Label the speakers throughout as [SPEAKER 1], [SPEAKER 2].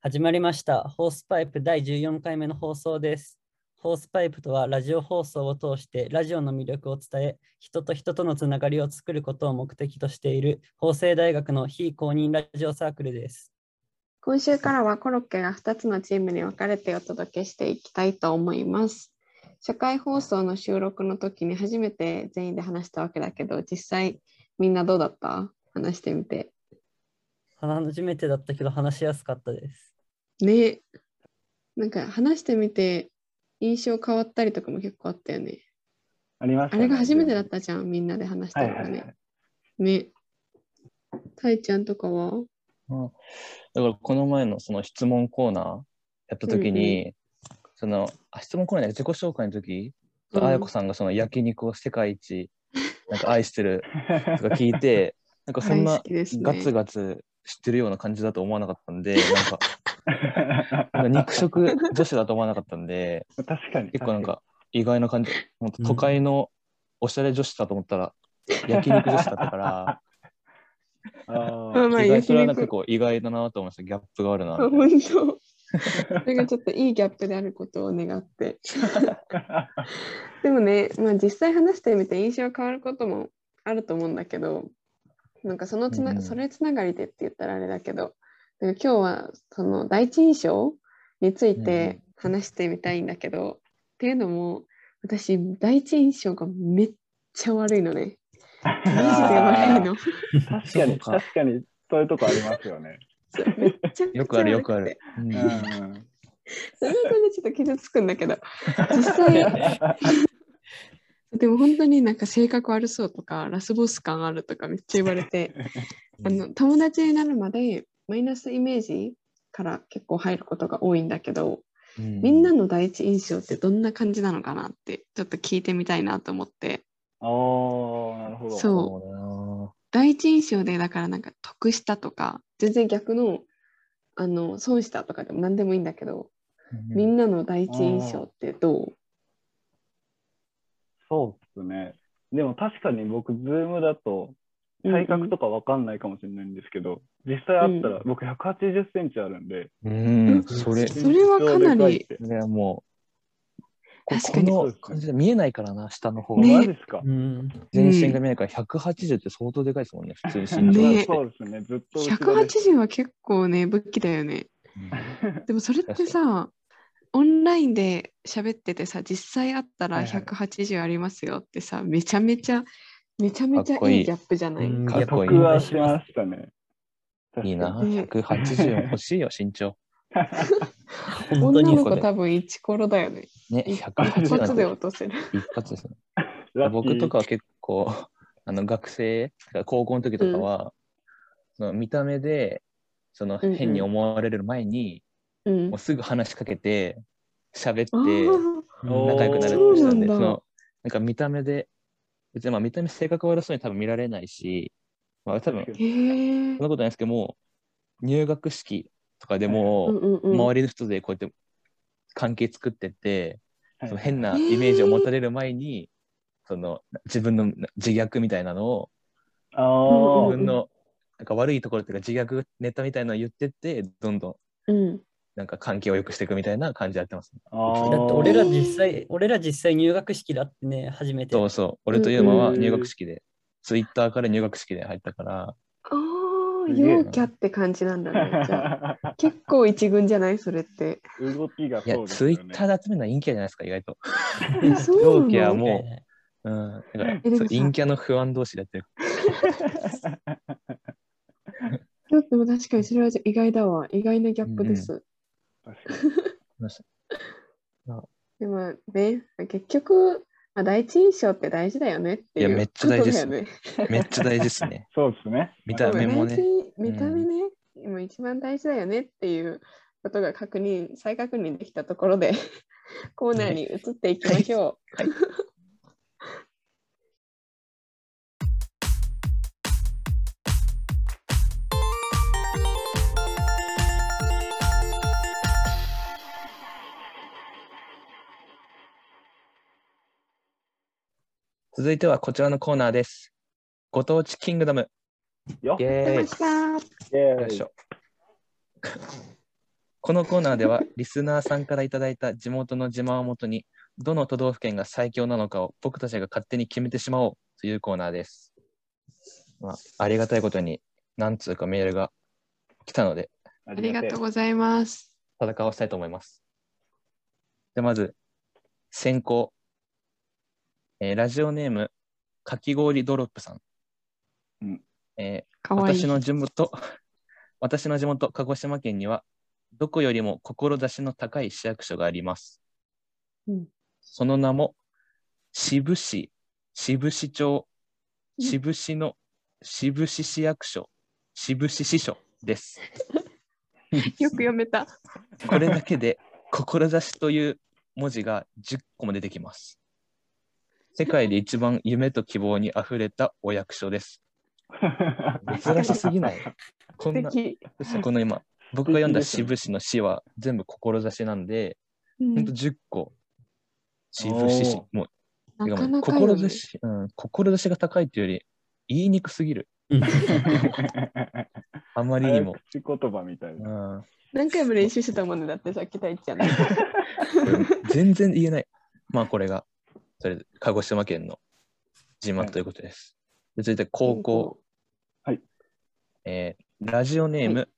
[SPEAKER 1] 始まりました。ホースパイプ第14回目の放送です。ホースパイプとはラジオ放送を通してラジオの魅力を伝え、人と人とのつながりを作ることを目的としている法政大学の非公認ラジオサークルです。
[SPEAKER 2] 今週からはコロッケが2つのチームに分かれてお届けしていきたいと思います。社会放送の収録の時に初めて全員で話したわけだけど、実際みんなどうだった話してみて。
[SPEAKER 1] 初めてだったけど話しやすかったです。
[SPEAKER 2] ね。なんか話してみて印象変わったりとかも結構あったよね。
[SPEAKER 3] ありました
[SPEAKER 2] あ
[SPEAKER 3] ね、
[SPEAKER 2] れが初めてだったじゃん、みんなで話した
[SPEAKER 3] はい
[SPEAKER 2] の
[SPEAKER 3] は
[SPEAKER 2] が
[SPEAKER 3] いはい。
[SPEAKER 2] ね。ね。たいちゃんとかは
[SPEAKER 4] うんだからこの前のその質問コーナーやった時に、そのあ質問コーナーじゃない自己紹介の時、
[SPEAKER 2] うん
[SPEAKER 4] あやこさんがその焼肉を世界一なんか愛してるとか聞 いてなんかそ
[SPEAKER 2] 大
[SPEAKER 4] んな
[SPEAKER 2] 好きですね。
[SPEAKER 4] ガツガツ知ってるような感じだと思わなかったんで、なんかなんか肉食女子だと思わなかったんで
[SPEAKER 3] 確かに。
[SPEAKER 4] 結構なんか意外な感じほんと都会のおしゃれ女子だと思ったら、焼肉女子だった から。
[SPEAKER 3] 確かに。あ
[SPEAKER 2] まあ
[SPEAKER 3] ー
[SPEAKER 2] まあ
[SPEAKER 4] 意外それはなんか
[SPEAKER 2] 焼
[SPEAKER 4] 結
[SPEAKER 2] 肉
[SPEAKER 4] 構意外だなと思いましたギャップがあるなみたい
[SPEAKER 2] あ
[SPEAKER 4] な
[SPEAKER 2] 本当。それがちょっといいギャップであることを願って。でもね、まあ、実際話してみて印象変わることもあると思うんだけどなんかそのつな、
[SPEAKER 4] うんうん
[SPEAKER 2] それつながりでって言ったらあれだけどなんか今日はその第一印象について話してみたいんだけど、っていうのも私第一印象がめっちゃ悪いの ねマジで悪いの
[SPEAKER 3] 確か
[SPEAKER 4] そ
[SPEAKER 3] に、
[SPEAKER 4] うか
[SPEAKER 3] 確かに、そういうとこありますよね。
[SPEAKER 2] そうめっちゃくちゃ悪て
[SPEAKER 4] よくあるよくある。うん
[SPEAKER 3] うん
[SPEAKER 2] それはそれでちょっと傷つくんだけど実際でも本当になんか性格悪そうとかラスボス感あるとかめっちゃ言われてあの友達になるまでマイナスイメージから結構入ることが多いんだけどみんなの第一印象ってどんな感じなのかなってちょっと聞いてみたいなと思って
[SPEAKER 3] おー、なるほ
[SPEAKER 2] そ
[SPEAKER 3] ど。
[SPEAKER 2] う
[SPEAKER 4] そ
[SPEAKER 2] 第一印象でだからなんか得したとか全然逆のあの損したとかでも何でもいいんだけど
[SPEAKER 4] うだな。
[SPEAKER 2] みんなの第一印象ってどう
[SPEAKER 3] そうですね。でも確かに僕、ズームだと、体格とかわかんないかもしれないんですけど、実際あったら、僕180センチあるんで、
[SPEAKER 4] うん、それ、
[SPEAKER 2] それはかなり
[SPEAKER 3] 身長でかいって
[SPEAKER 4] それはもう、こ
[SPEAKER 2] 確か
[SPEAKER 4] こ
[SPEAKER 2] に
[SPEAKER 4] の感じで見えないからな、下の方
[SPEAKER 2] ね
[SPEAKER 3] マジですか、
[SPEAKER 1] うん。
[SPEAKER 4] 全身が見えないから、180って相当でかいですもんね、普通に身長。
[SPEAKER 2] ね
[SPEAKER 3] そうですね、ずっと後ろです。
[SPEAKER 2] 180は結構ね武器だよねでもそれってさオンラインで喋っててさ実際会ったら
[SPEAKER 3] はいはい
[SPEAKER 2] 180ありますよってさ、めちゃめちゃめちゃめちゃ
[SPEAKER 4] かっこ
[SPEAKER 2] い
[SPEAKER 4] い
[SPEAKER 2] い
[SPEAKER 4] い
[SPEAKER 2] ギャップじゃない
[SPEAKER 1] うん
[SPEAKER 4] かっこいい
[SPEAKER 3] 僕はしましたね。
[SPEAKER 4] いいな、
[SPEAKER 2] ね
[SPEAKER 4] 180欲しいよ、身長。
[SPEAKER 1] 本当
[SPEAKER 2] 女
[SPEAKER 1] に
[SPEAKER 2] の
[SPEAKER 4] こ
[SPEAKER 2] 子
[SPEAKER 4] れ
[SPEAKER 2] 多分イチコロだよね
[SPEAKER 4] ね、
[SPEAKER 2] 一一
[SPEAKER 4] 180な
[SPEAKER 2] 発
[SPEAKER 4] ん
[SPEAKER 2] で
[SPEAKER 4] て
[SPEAKER 2] 落とせる
[SPEAKER 4] 一発ですね。
[SPEAKER 3] ラッキー
[SPEAKER 4] 僕とかは結構、あの学生、高校の時とかは、その見た目で、その
[SPEAKER 2] うんうん
[SPEAKER 4] 変に思われる前に、
[SPEAKER 2] うん
[SPEAKER 4] もうすぐ話しかけて、喋
[SPEAKER 2] あ
[SPEAKER 4] って、
[SPEAKER 3] おー
[SPEAKER 4] 仲良くなれまし
[SPEAKER 2] そう
[SPEAKER 4] たんで、
[SPEAKER 2] なんだ
[SPEAKER 4] そのなんか見た目で、別にまあ見た目性格悪そうに多分見られないし、まあ多分
[SPEAKER 3] 確か
[SPEAKER 2] へ
[SPEAKER 3] に
[SPEAKER 2] え
[SPEAKER 4] そんなことないですけども、入学式とかでも、周
[SPEAKER 2] 周
[SPEAKER 4] りの人でこうやって関係作ってって、
[SPEAKER 3] はい
[SPEAKER 4] その変なイメージを持たれる前に、その自分の自虐みたいなのを、
[SPEAKER 3] あ
[SPEAKER 2] う
[SPEAKER 3] ー
[SPEAKER 2] ん
[SPEAKER 4] 自分のなんか悪いところっていうか自虐ネタみたいなのを言ってって、どんどん
[SPEAKER 2] うん
[SPEAKER 4] なんか関係を良くしていくみたいな感じでやってます、ね。
[SPEAKER 3] あー
[SPEAKER 1] だって俺ら実際、俺ら実際入学式だってね、初めて。
[SPEAKER 4] そうそう、俺とユーマは
[SPEAKER 3] うん
[SPEAKER 4] 入学式で、ツイッターから入学式で入ったから、
[SPEAKER 2] ああ
[SPEAKER 3] すげえな
[SPEAKER 2] 陽キャって感じなんだねじ ゃあ結構一軍じゃないそれって
[SPEAKER 3] 動きが
[SPEAKER 4] いや
[SPEAKER 3] そ、うです
[SPEAKER 4] ツ
[SPEAKER 3] よ
[SPEAKER 4] イ
[SPEAKER 3] ね。
[SPEAKER 4] ッターで集めるのは陰キャじゃないですか、意外と。
[SPEAKER 2] えそうなの
[SPEAKER 4] 同期は
[SPEAKER 1] み
[SPEAKER 4] も
[SPEAKER 1] たいなね
[SPEAKER 4] う、うん、だから
[SPEAKER 2] えでもさ
[SPEAKER 4] そう陰キャの不安同士でやってる。
[SPEAKER 2] だっても確かにそれは意外だわ意外なギャップです、
[SPEAKER 3] 確かに
[SPEAKER 2] でもね、結局、まあ、第一印象って大事だよねっていう
[SPEAKER 4] いやめっちゃ大事です
[SPEAKER 2] ことだよね
[SPEAKER 4] めっちゃ大事です ね。
[SPEAKER 3] そうですね。
[SPEAKER 4] 見
[SPEAKER 2] そ
[SPEAKER 4] た
[SPEAKER 2] う
[SPEAKER 4] 目も
[SPEAKER 2] 第
[SPEAKER 4] ね。
[SPEAKER 2] 一見た目ね、もう一番大事だよねっていうことが確認、再確認できたところで、 コーナーに移っていきましょう。
[SPEAKER 4] はいは続いてはこちらのコーナーです。ご当地キングダム。
[SPEAKER 3] よっ
[SPEAKER 4] イ
[SPEAKER 2] 出
[SPEAKER 4] エ
[SPEAKER 2] ました
[SPEAKER 4] ーイ。よいしょ。このコーナーではリスナーさんからいただいた地元の自慢をもとに、どの都道府県が最強なのかを僕たちが勝手に決めてしまおうというコーナーです。まあ、ありがたいことに何通かメールが来たので、
[SPEAKER 3] あ
[SPEAKER 2] ありがとう
[SPEAKER 3] う。
[SPEAKER 2] ございます。
[SPEAKER 4] 戦わせたいと思います。で、まず、先行。えーラジオネーム、かき氷ドロップさん。
[SPEAKER 3] うん
[SPEAKER 4] えー
[SPEAKER 2] かわいい。
[SPEAKER 4] 私の地元、 私の地元、鹿児島県には、どこよりも志の高い市役所があります。
[SPEAKER 2] うん
[SPEAKER 4] その名も、志布市、志布市町、
[SPEAKER 2] うん
[SPEAKER 4] 志布市の、志布市市役所、志布市支所です。
[SPEAKER 2] よく読めた。
[SPEAKER 4] これだけ で「志」という文字が10個も出てきます。世界で一番夢と希望にあふれたお役所です。 珍しすぎないこんな、
[SPEAKER 2] 敵。
[SPEAKER 4] 嘘この今、僕が読んだ
[SPEAKER 3] 素敵
[SPEAKER 4] 渋
[SPEAKER 3] で
[SPEAKER 4] 市の市は全部志なんで、
[SPEAKER 2] うん
[SPEAKER 4] ほんと10個。渋市市
[SPEAKER 3] おー。
[SPEAKER 4] もう、て
[SPEAKER 2] な
[SPEAKER 4] か
[SPEAKER 2] か
[SPEAKER 4] もう
[SPEAKER 2] なかよね
[SPEAKER 4] 志、うん、志が高いっていうより、言いにくすぎる。あまりに
[SPEAKER 3] 早
[SPEAKER 4] も。
[SPEAKER 3] 口言葉みたいうな。
[SPEAKER 4] ん、
[SPEAKER 2] 何回も練習してたもんねだってさっき大地ちゃん。
[SPEAKER 4] これ全然言えない。まあ、これが、それで、鹿児島県の自慢ということです。で続いて、高校。えーラジオネーム、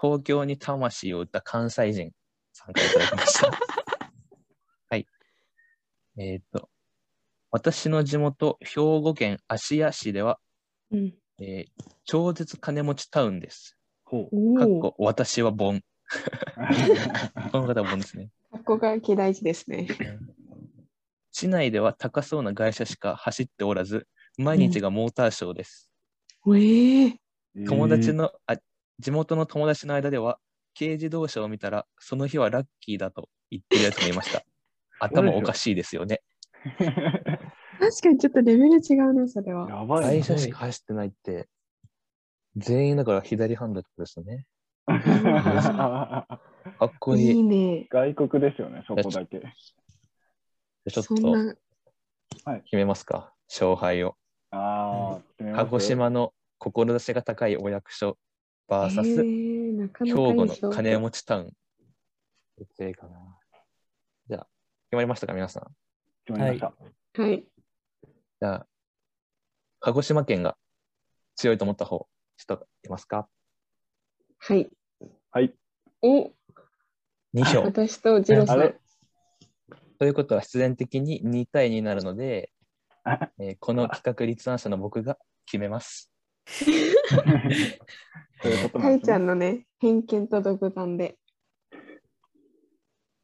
[SPEAKER 4] 東京に魂を売った関西人、参加いただき ました。はい。えっ、と、私の地元、兵庫県芦屋市では、
[SPEAKER 2] うん。
[SPEAKER 4] えー超絶金持ちタウンです。
[SPEAKER 3] ほう。
[SPEAKER 2] おー
[SPEAKER 4] かっこ、私はボン。この方はボンですね。
[SPEAKER 2] かっこがき大事ですね。
[SPEAKER 4] 市内では高そうな会社しか走っておらず、毎日がモーターショーです。
[SPEAKER 2] ええ
[SPEAKER 4] 友達の、あ地元の友達の間では軽自動車を見たらその日はラッキーだと言ってるやつもいま した頭おかしいですよね
[SPEAKER 3] えー。
[SPEAKER 2] 確かにちょっとレベル違うね、それは。
[SPEAKER 3] やばい
[SPEAKER 4] 会
[SPEAKER 3] ね。
[SPEAKER 4] 社しか走ってないって全員だから左ハンドってことですよねかっこいい
[SPEAKER 2] いいね。
[SPEAKER 3] 外国ですよね、そこだけ。
[SPEAKER 4] ちょっ
[SPEAKER 2] そ
[SPEAKER 4] と
[SPEAKER 2] んな、
[SPEAKER 4] 決めますか勝敗を
[SPEAKER 3] ああ、決めます
[SPEAKER 4] 鹿児。島の志が高いお役所
[SPEAKER 2] え
[SPEAKER 4] VS
[SPEAKER 2] ー、なか
[SPEAKER 4] 兵
[SPEAKER 2] なか
[SPEAKER 4] 庫
[SPEAKER 2] いい
[SPEAKER 4] の
[SPEAKER 2] 勝負
[SPEAKER 4] 金持ちタウンどっちがいいかなじゃあ決まりましたか皆さん
[SPEAKER 3] 決まりました。
[SPEAKER 2] はい。
[SPEAKER 4] じゃあ、鹿児島県が強いと思った方、人いますか
[SPEAKER 2] はい。
[SPEAKER 3] はい。
[SPEAKER 2] お
[SPEAKER 4] ?2 票。
[SPEAKER 2] 私とジロさ
[SPEAKER 3] あ
[SPEAKER 2] ん
[SPEAKER 3] れ。
[SPEAKER 4] ということは必然的に2対2になるの で、えーこの企画立案者の僕が決めます。
[SPEAKER 3] そういうことな
[SPEAKER 2] タ
[SPEAKER 3] ん
[SPEAKER 2] イ
[SPEAKER 3] で
[SPEAKER 2] ちゃ
[SPEAKER 3] すね。
[SPEAKER 2] んのね、偏見と独断で。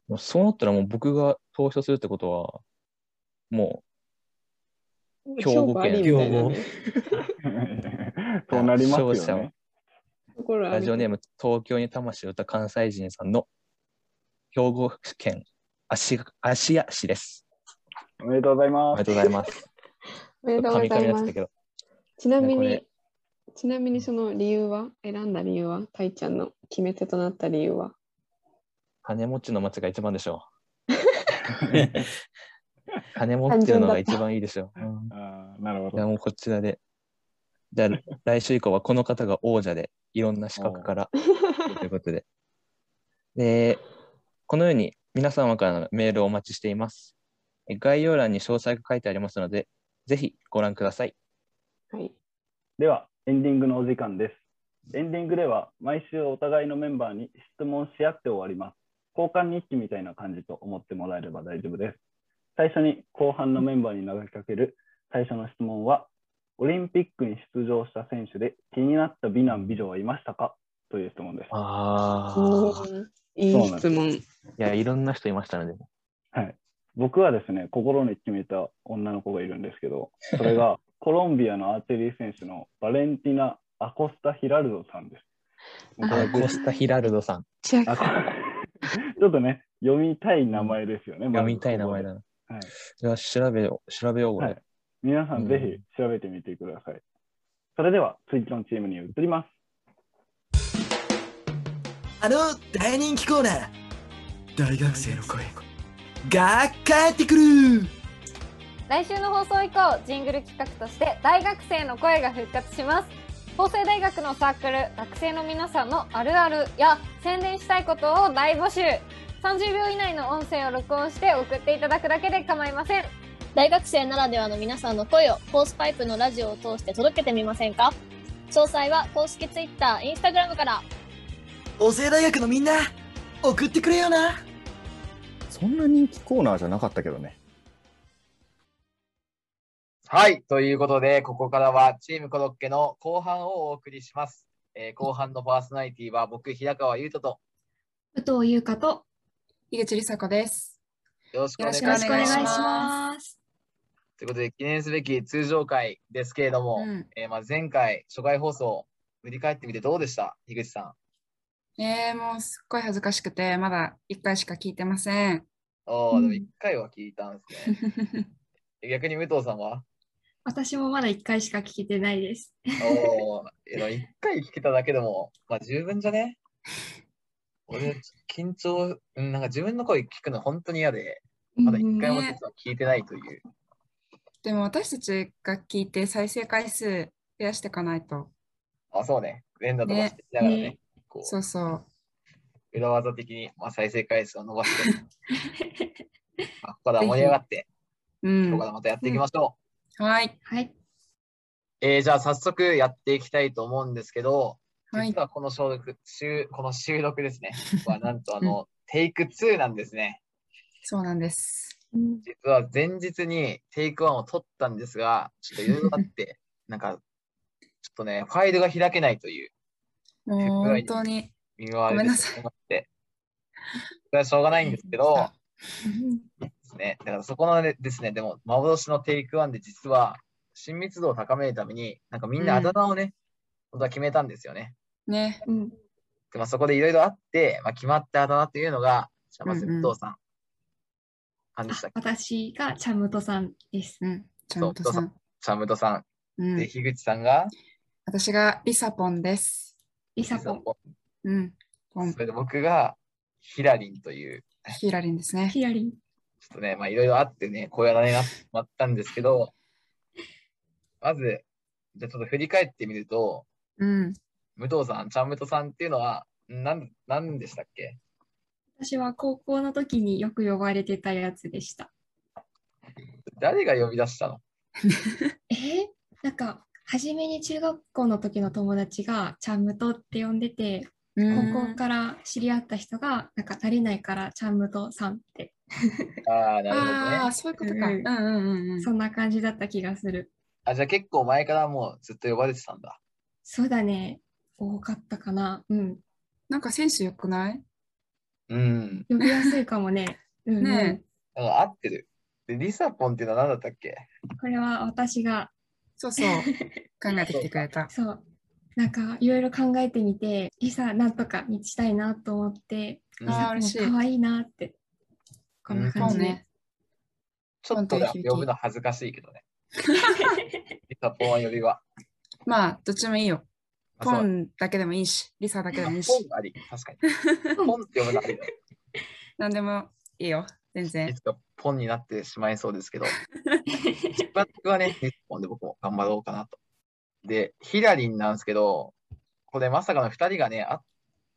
[SPEAKER 4] もうそうなったらもう僕が投票するってことは、も兵
[SPEAKER 2] 勝
[SPEAKER 4] 庫県
[SPEAKER 2] 負ありみたいなね
[SPEAKER 3] そうなりますよ
[SPEAKER 4] 勝者
[SPEAKER 3] ね。
[SPEAKER 2] ところ
[SPEAKER 4] う
[SPEAKER 2] は
[SPEAKER 4] ラジオネーム東京に魂を歌関西人さんの兵庫県芦芦屋市です。
[SPEAKER 3] おめでとうござい
[SPEAKER 4] お
[SPEAKER 3] ま。
[SPEAKER 4] めですとうございます。
[SPEAKER 2] おめでとう
[SPEAKER 4] 神
[SPEAKER 2] ご
[SPEAKER 4] 々
[SPEAKER 2] ざ
[SPEAKER 4] に
[SPEAKER 2] い
[SPEAKER 4] なっ
[SPEAKER 2] ま
[SPEAKER 4] てた
[SPEAKER 2] す
[SPEAKER 4] け。ど。
[SPEAKER 2] ちなみ
[SPEAKER 4] こ
[SPEAKER 2] に
[SPEAKER 4] れ、
[SPEAKER 2] ちなみにその理由は、選んだ理由は、タイちゃんの決め手となった理由 は。
[SPEAKER 4] 金持ちの町が一番でしょ う。金持ってるのが一番いいでしょう。うん
[SPEAKER 3] あーなるほ
[SPEAKER 4] いや
[SPEAKER 3] ど。
[SPEAKER 4] もうこちらで。じゃあ来週以降はこの方が王者でいろんな資格からということで。で、このように皆様からのメールをお待ちしています。え概要欄に詳細が書いてありますので、ぜひご覧ください。
[SPEAKER 2] はい。
[SPEAKER 3] では、エンディングのお時間です。エンディングでは、毎週お互いのメンバーに質問し合って終わります。交換日記みたいな感じと思ってもらえれば大丈夫です。最初に後半のメンバーに投げかける最初の質問は、オリンピックに出場した選手で気になった美男美女はいましたかという質問です。
[SPEAKER 4] あ
[SPEAKER 2] おーいい質問。
[SPEAKER 4] いや、いろんな人いましたね、でも。
[SPEAKER 3] はい、僕はですね心に決めた女の子がいるんですけ どそれがコロンビアのアーチェリー選手のバレンティナ・アコスタ・ヒラルドさんです。もうこれ
[SPEAKER 2] あ
[SPEAKER 4] コスタ・ヒラルドさん。
[SPEAKER 2] じゃあ
[SPEAKER 3] あこ ちょっとね読みたい名前ですよね。まず
[SPEAKER 4] 読みたい名前だな。
[SPEAKER 3] はい
[SPEAKER 4] じゃあ調べよう、調べよう、これ。
[SPEAKER 3] はい皆さ
[SPEAKER 4] うん
[SPEAKER 3] んぜひ調べてみてください。それでは次のチームに移ります。
[SPEAKER 5] あの大人気コーナー大学生の声が帰ってくる
[SPEAKER 6] 来週の放送以降ジングル企画として大学生の声が復活します法政大学のサークル学生の皆さんのあるあるや宣伝したいことを大募集30秒以内の音声を録音して送っていただくだけで構いません
[SPEAKER 7] 大学生ならではの皆さんの声をコースパイプのラジオを通して届けてみませんか詳細は公式 Twitter、Instagram から
[SPEAKER 5] 法政大学のみんな送ってくれよな
[SPEAKER 8] そんな人気コーナーじゃなかったけどね。
[SPEAKER 9] はい。ということで、ここからはチームコロッケの後半をお送りします。えー後半のパーソナリティは僕、平川優斗と、
[SPEAKER 10] 武藤優香と
[SPEAKER 11] 井口梨沙子です。
[SPEAKER 9] よろしくお
[SPEAKER 11] よ
[SPEAKER 9] 願
[SPEAKER 11] ろ
[SPEAKER 9] い
[SPEAKER 11] しく
[SPEAKER 9] し
[SPEAKER 11] お
[SPEAKER 9] ま
[SPEAKER 11] 願い
[SPEAKER 9] す。
[SPEAKER 11] します。
[SPEAKER 9] ということで、記念すべき通常回ですけれども、
[SPEAKER 11] うん
[SPEAKER 9] えーまあ前回、初回放送、振り返ってみてどうでした井口さ
[SPEAKER 11] えー、もうすっごい恥ずかしくて、まだ1回しか聞いてません。
[SPEAKER 9] ん。おー、で
[SPEAKER 11] う
[SPEAKER 9] も
[SPEAKER 11] ん
[SPEAKER 9] 1回は聞いたんですね。 逆に武藤さんは
[SPEAKER 10] 私もまだ1回しか聞けてないです。
[SPEAKER 9] おー、えの1回聞けただけでも、まあ十分じゃね俺、緊張、うんなんか自分の声聞くの本当に嫌で、まだ1回も
[SPEAKER 11] うんね
[SPEAKER 9] 実は聞いてないという。
[SPEAKER 11] でも私たちが聞いて再生回数増やしていかないと。
[SPEAKER 9] あ、そうね。連打とか
[SPEAKER 11] ね
[SPEAKER 9] してきながらね、
[SPEAKER 10] ね
[SPEAKER 9] こう
[SPEAKER 11] そうそう。
[SPEAKER 9] 裏技的に、まあ、再生回数を伸ばして、 まあここから
[SPEAKER 11] ぜひ
[SPEAKER 9] 盛り上がって、
[SPEAKER 11] う
[SPEAKER 9] ここ
[SPEAKER 11] ん
[SPEAKER 9] か。らまたやっていきましょ
[SPEAKER 11] はい。
[SPEAKER 10] はい。
[SPEAKER 9] う。えーじゃあ早速やっていきたいと思うんですけど、
[SPEAKER 11] はい
[SPEAKER 9] 実。はこの収録、収この収録ですね、はなんとあの、 テイク2なんですね。
[SPEAKER 11] そうなんです。
[SPEAKER 9] 実は前日にテイク1を取ったんですが、ちょっといろいろあって、なんか、ちょっとね、ファイルが開けないという
[SPEAKER 11] もう本当に。
[SPEAKER 9] 見舞わ
[SPEAKER 11] ごめ
[SPEAKER 9] れ
[SPEAKER 11] んな
[SPEAKER 9] てし
[SPEAKER 11] さい
[SPEAKER 9] まって、それはしょうがないんですけど、ですね。だからそこのねですね、でも幻のテイクワンで実は親密度を高めるために、なんかみんなあだ名をね、本当は決めたんですよね。
[SPEAKER 11] ね。
[SPEAKER 2] うん。
[SPEAKER 9] でまあ、そこでいろいろあって、まあ、決まったあだ名というのが、じゃあまず
[SPEAKER 11] うんうん
[SPEAKER 9] 武藤さん。何で
[SPEAKER 10] あ
[SPEAKER 9] したっけ
[SPEAKER 10] 私がチャムトさんです。
[SPEAKER 11] うん。ちゃんと
[SPEAKER 9] そ
[SPEAKER 11] さ
[SPEAKER 9] うど
[SPEAKER 11] ん。
[SPEAKER 9] チャムドさ。
[SPEAKER 11] うん
[SPEAKER 9] で、
[SPEAKER 11] ん。
[SPEAKER 9] 樋口さんが、
[SPEAKER 11] 私がリサポンです。
[SPEAKER 10] リサポン、
[SPEAKER 11] うん。ポン
[SPEAKER 9] そ。れで僕が、ヒラリンという、
[SPEAKER 11] ヒラリンですね。
[SPEAKER 10] ヒラリン、
[SPEAKER 9] ちょっとね、まあいろいろあってね、こうやらねなってしまったんですけど、まず、じゃあちょっと振り返ってみると、
[SPEAKER 11] うん。
[SPEAKER 9] 武藤さん、ちゃんむとさんっていうのは、なん、なんでしたっけ
[SPEAKER 10] 私は高校の時によく呼ばれてたやつでした。
[SPEAKER 9] 誰が呼び出したの
[SPEAKER 10] えーなんか、初めに中学校の時の友達がチャムトって呼んでて、高校から知り合った人が、なんか足りないからチャムトさんって、
[SPEAKER 9] ああ、なるほ
[SPEAKER 11] ああ、
[SPEAKER 9] どね。
[SPEAKER 11] そういうことか。
[SPEAKER 10] う
[SPEAKER 11] うんんうんうんうん。
[SPEAKER 10] そんな感じだった気がする。
[SPEAKER 9] あ、じゃあ結構前からもうずっと呼ばれてたんだ。
[SPEAKER 10] そうだね、多かったかな。うん。
[SPEAKER 11] なんか選手良くない
[SPEAKER 9] うん。
[SPEAKER 10] 呼びやすいか もね。うんうん
[SPEAKER 11] ね
[SPEAKER 9] だから合ってる。で、リサポンっていうのは何だったっけ
[SPEAKER 10] これは私が
[SPEAKER 11] そうそう。考えてきてくれた。
[SPEAKER 10] そうなんかいろいろ考えてみてリサなんとかにしたいなと思って
[SPEAKER 9] うん
[SPEAKER 11] あー嬉しい
[SPEAKER 10] 可愛いなってこんな感
[SPEAKER 11] もう
[SPEAKER 10] じで、
[SPEAKER 11] ね。
[SPEAKER 9] ちょっとね
[SPEAKER 11] 本当に響き
[SPEAKER 9] 呼ぶの恥ずかしいけどね。 リサポンは呼びは。
[SPEAKER 11] まあ、どっちもいいよ。
[SPEAKER 9] あ
[SPEAKER 11] ポ
[SPEAKER 9] そう
[SPEAKER 11] ンだけでもいいし、リサだけで
[SPEAKER 9] あ
[SPEAKER 11] もいいし、
[SPEAKER 9] ポンがあり。確か に。ポンって呼ぶのありだね。
[SPEAKER 11] なんでもいいよ。全
[SPEAKER 9] い
[SPEAKER 11] 然
[SPEAKER 9] つ。かポンになってしまいそうですけど。一番僕はね、日本で僕も頑張ろうかなと。で、ヒラリンなんですけど、これまさかの2人がね、あ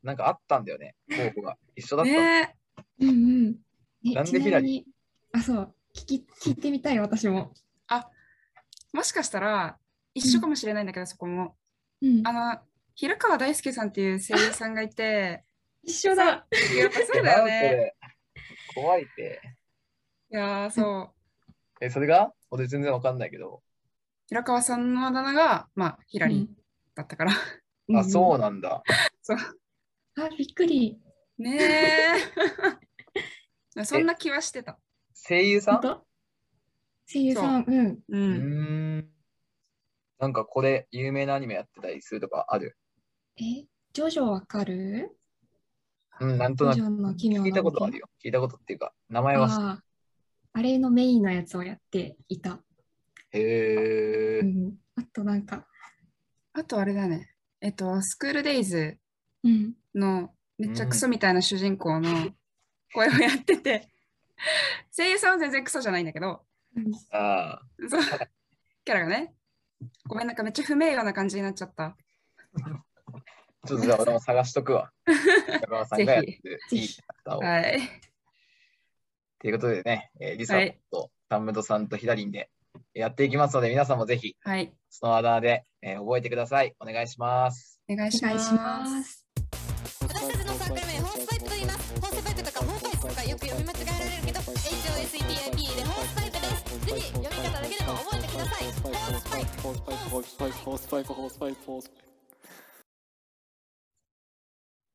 [SPEAKER 9] なんかあったんだよね、候補が。一緒だったの。
[SPEAKER 11] ね
[SPEAKER 10] うんうんえ
[SPEAKER 9] なんで
[SPEAKER 10] ちなみ
[SPEAKER 9] ヒラ
[SPEAKER 10] にあそう聞き聞いてみたい私も、
[SPEAKER 11] もしかしたら、一緒かもしれないんだけど、そこも。
[SPEAKER 10] うん
[SPEAKER 11] あの、平川大輔さんっていう声優さんがいて、
[SPEAKER 10] 一緒だ
[SPEAKER 11] やっぱそうだよ
[SPEAKER 9] なんか
[SPEAKER 11] ね。
[SPEAKER 9] ね怖いって。
[SPEAKER 11] いやー、そう。
[SPEAKER 9] え、それが俺全然わかんないけど。
[SPEAKER 11] 平川さんのあだ名が、まあ、ヒラリンだった から。
[SPEAKER 9] あ、そううなんだ。
[SPEAKER 10] んあびっくり
[SPEAKER 11] ねえ。 そんな気はしてた。
[SPEAKER 9] 声優さ
[SPEAKER 10] 本
[SPEAKER 9] ん
[SPEAKER 10] 当声優さんうん
[SPEAKER 11] う。
[SPEAKER 9] うんーん。なんかこれ、有名なアニメやってたりするとかある。
[SPEAKER 10] えジョジョわかる
[SPEAKER 9] うん、なんとなく
[SPEAKER 10] ジョジョの奇妙な冒険
[SPEAKER 9] 聞いたことあるよ。聞いたことっていうか、名前は知っ
[SPEAKER 10] あーあれのメインのやつをやっていた、
[SPEAKER 9] へ
[SPEAKER 10] う
[SPEAKER 9] ー
[SPEAKER 10] ん、あとなんか
[SPEAKER 11] あとあれだね。えっと、スクールデイズ
[SPEAKER 10] うん
[SPEAKER 11] のめっちゃクソみたいな主人公の声をやってて、声優さんは全然クソじゃないんだけど、
[SPEAKER 10] うん
[SPEAKER 9] あ
[SPEAKER 11] そうキャラがね、ごめんなんかめっちゃ不名誉な感じになっちゃった。
[SPEAKER 9] ちょっとじゃあ俺も探しとくわ。中川さんがやってるいいキャラクターを。
[SPEAKER 11] はい。
[SPEAKER 9] ということでね、えー、リサ
[SPEAKER 11] はい
[SPEAKER 9] とタムドさんとヒラリンでやっていきますので、皆さんもぜひ、
[SPEAKER 11] はい。
[SPEAKER 9] そのあだ名で、えー覚えてください。お願いします。
[SPEAKER 11] お願いします。
[SPEAKER 12] 私たちのサークル名、ホースパイプと言います。ホースパイプとかホーパイプとかよく読み間違えられるけど、HOSEPIP でホースパイプです。ぜひ読み方だけでも覚えてください。ホースパイプ。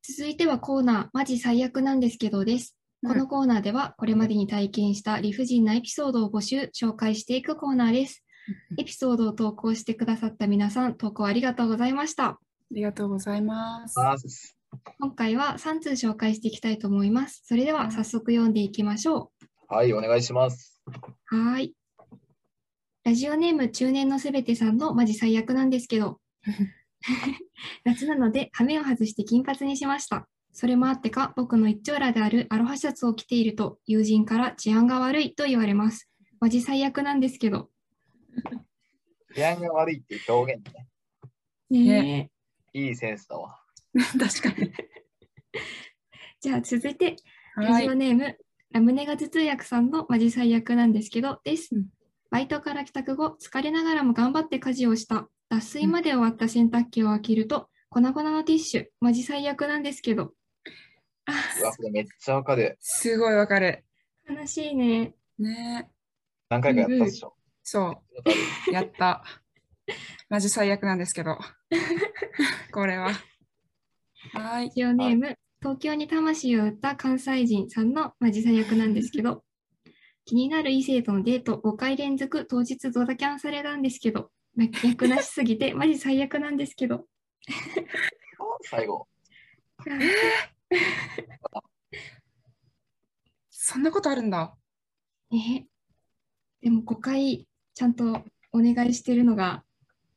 [SPEAKER 10] 続いてはコーナー、マジ最悪なんですけどです。このコーナーでは、これまでに体験した理不尽なエピソードを募集、紹介していくコーナーです。エピソードを投稿してくださった皆さん、投稿ありがとうございました。あ
[SPEAKER 11] りがとうございます。
[SPEAKER 10] 今回は3通紹介していきたいと思います。それでは早速読んでいきましょ
[SPEAKER 9] はい、お願いします。
[SPEAKER 10] う。はーい。ラジオネーム中年のすべてさんのマジ最悪なんですけど、 夏なので羽目を外して金髪にしました。それもあってか、僕の一丁羅であるアロハシャツを着ていると、友人から治安が悪いと言われます。マジ最悪なんですけど。
[SPEAKER 9] 治安が悪いっていう表現ね。
[SPEAKER 10] ね
[SPEAKER 9] いいセンスだわ。
[SPEAKER 10] じゃあ続いて、
[SPEAKER 9] はい
[SPEAKER 10] ラジオネーム、ラムネが頭痛薬さんのマジ最悪なんですけどです。バイトから帰宅後、疲れながらも頑張って家事をした。脱水まで終わった洗濯機を開けると、粉々のティッシュ、マジ最悪なんですけど。
[SPEAKER 9] うわ、これめっちゃわかる。
[SPEAKER 11] すごいわかる。
[SPEAKER 10] 悲しいね。
[SPEAKER 11] ね
[SPEAKER 9] 何回かやったでしょ。
[SPEAKER 11] そう。やった。マジ最悪なんです けど。これは。はい。
[SPEAKER 10] ラジオネーム、東京に魂を売った関西人さんのマジ最悪なんです けど。気になる異性とのデート5回連続当日ドタキャンされたんですけど、な役なしす ぎてマジ最悪なんですけど。
[SPEAKER 9] 最後。
[SPEAKER 11] そんなことあるんだ。
[SPEAKER 10] ねでも5回ちゃんとお願いしてるのが。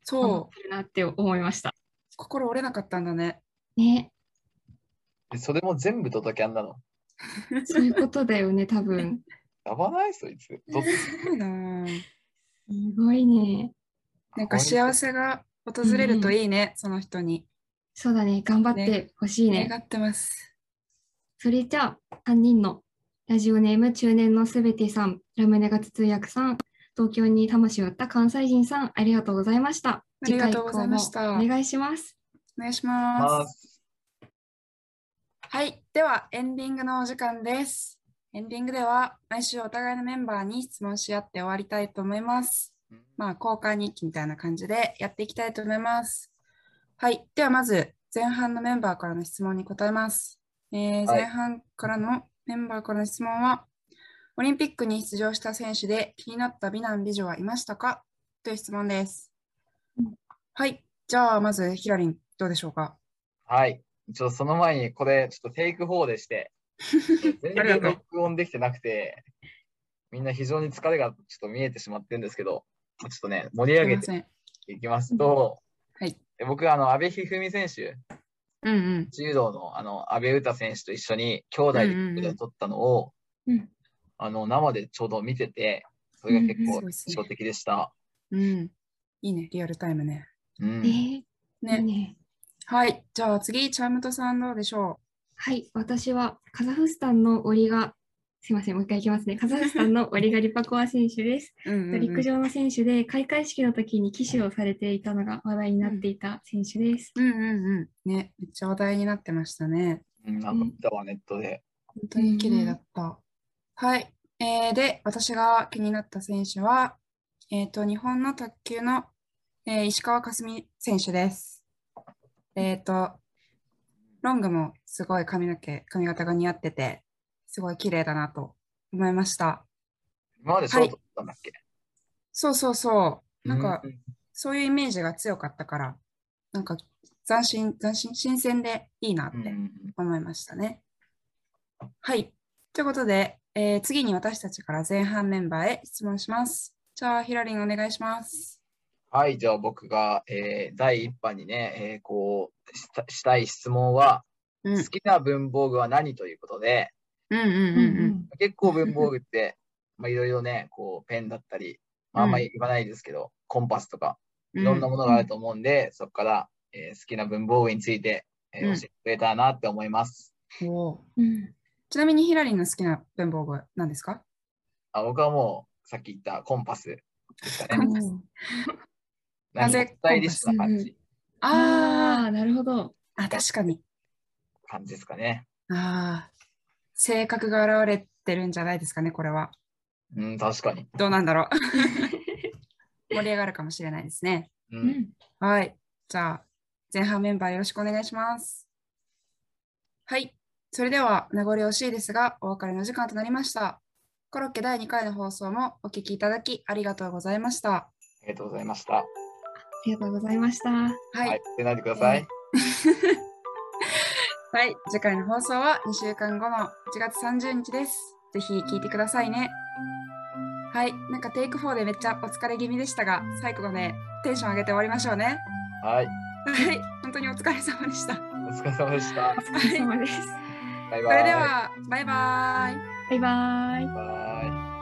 [SPEAKER 11] そう
[SPEAKER 10] なって思いました。
[SPEAKER 11] 心折れなかったんだね。
[SPEAKER 10] ね、
[SPEAKER 9] でそれも全部ドタキャンなの。
[SPEAKER 10] そういうことだよね、多分。
[SPEAKER 9] やばないそいつ。ど
[SPEAKER 11] すごいな。
[SPEAKER 10] すごいね。
[SPEAKER 11] なんか幸せが訪れるといいね、その人に。
[SPEAKER 10] そうだね、頑張ってほしいね。
[SPEAKER 11] 願ってます。
[SPEAKER 10] それじゃあ、3人のラジオネーム中年のすべてさん、ラムネが通訳さん、東京に魂を売った関西人さん、ありがとうございました。
[SPEAKER 11] ありがとうございました
[SPEAKER 10] 次回以降もお願いします。
[SPEAKER 11] お願いします。はい、ではエンディングのお時間です。エンディングでは毎週お互いのメンバーに質問し合って終わりたいと思います。まあ、交換日記みたいな感じでやっていきたいと思います。はい、ではまず前半のメンバーからの質問に答えます。え
[SPEAKER 13] は
[SPEAKER 11] ー
[SPEAKER 13] い
[SPEAKER 11] 前半からのメンバーからの質問は、オリンピックに出場した選手で気になった美男美女はいましたかという質問です。はい、じゃあまずヒラリン、どうでしょうか
[SPEAKER 9] はい。ちょっとその前にこれ、ちょっとテイク4でして、 全然録音できてなくて、みんな非常に疲れがちょっと見えてしまってるんですけど、ちょっとね、盛り上げ
[SPEAKER 11] すいま
[SPEAKER 9] ていきますと、
[SPEAKER 11] はい、
[SPEAKER 9] 僕、あの、阿部一二三選手、
[SPEAKER 11] うんうん。
[SPEAKER 9] 柔道のあの阿部詩選手と一緒に兄弟でメダル取ったのを、
[SPEAKER 11] うん
[SPEAKER 9] あの生でちょうど見てて、それが結
[SPEAKER 11] うんうんす
[SPEAKER 9] 構
[SPEAKER 11] ごいっすね
[SPEAKER 9] 印象的でした。
[SPEAKER 11] うん。いいね、リアルタイムね。
[SPEAKER 9] うん
[SPEAKER 11] ね。はい、じゃあ次、チャームトさんどうでしょ
[SPEAKER 10] はい、私はカザフスタンのオリガ、すいません、もう一回いきますね。カザフスタンのオリガ・リパコワ選手です。
[SPEAKER 11] うんうんうん
[SPEAKER 10] 陸上の選手で開会式の時に騎手をされていたのが話題になっていた選手です。
[SPEAKER 11] ううんうんうん。ね、めっちゃ話題になってましたね。
[SPEAKER 9] うん、なんか見たわ、ネットで。
[SPEAKER 11] 本当に綺麗だった。はい。えーで、私が気になった選手は、えっ、と、日本の卓球の、えー石川佳純選手です。えっ、と、ロングもすごい髪の毛、髪型が似合ってて、すごい綺麗だなと思いました。
[SPEAKER 9] 今までショートだったんだっけ、
[SPEAKER 11] そうそうそう。なんか
[SPEAKER 9] う、
[SPEAKER 11] そういうイメージが強かったから、なんか、斬新、斬新、新鮮でいいなって思いましたね。はい。ということで、えー次に私たちから前半メンバーへ質問します。じゃあ、ヒラリンお願いします。
[SPEAKER 9] はい、じゃあ僕が、えー第1波にね、えーこうした、したい質問は、
[SPEAKER 11] 好
[SPEAKER 9] きな文房具は何ということで、
[SPEAKER 11] うんうん
[SPEAKER 13] うん
[SPEAKER 9] 結構文房具って、まあ、いろいろね、こう、ペンだったり、まあ、あんまり言わないですけど、コンパスとか、いろんなものがあると思うんで、そこから、えー好きな文房具について、えー
[SPEAKER 11] うん
[SPEAKER 9] 教えてくれたらなって思います。
[SPEAKER 11] ちなみにヒラリンの好きな文房具は何ですか
[SPEAKER 9] あ僕はもう、さっき言ったコンパスですかね。
[SPEAKER 11] な
[SPEAKER 9] なん
[SPEAKER 11] ぜ
[SPEAKER 9] かスタイリッシュな感じ
[SPEAKER 11] ああ、なるほど。あ確かに。
[SPEAKER 9] 感じですかね。
[SPEAKER 11] ああ、性格が現れてるんじゃないですかね、これは。
[SPEAKER 9] うん、確かに。
[SPEAKER 11] どうなんだろ う。盛り上がるかもしれないですね。
[SPEAKER 9] うん、
[SPEAKER 11] はい。じゃあ、前半メンバーよろしくお願いします。はい。それでは、名残惜しいですが、お別れの時間となりました。コロッケ第2回の放送もお聞きいただきありがとうございました。あ
[SPEAKER 9] ありがとうございました。は
[SPEAKER 11] りがとうございました。はい。
[SPEAKER 9] い、捨てないでください。
[SPEAKER 11] はい、次回の放送は2週間後の1月30日です。ぜひ聞いてくださいね。はい、なんかテイク4でめっちゃお疲れ気味でしたが、最後までテンション上げて終わりましょうね。
[SPEAKER 9] はい、
[SPEAKER 11] はい、本当にお疲れ様でした。
[SPEAKER 9] お疲れ様でした。お
[SPEAKER 11] 疲れ様です。
[SPEAKER 9] バイ
[SPEAKER 11] そ
[SPEAKER 9] バイ。
[SPEAKER 11] れでは、バイバイ。バイバイ。
[SPEAKER 9] バイ。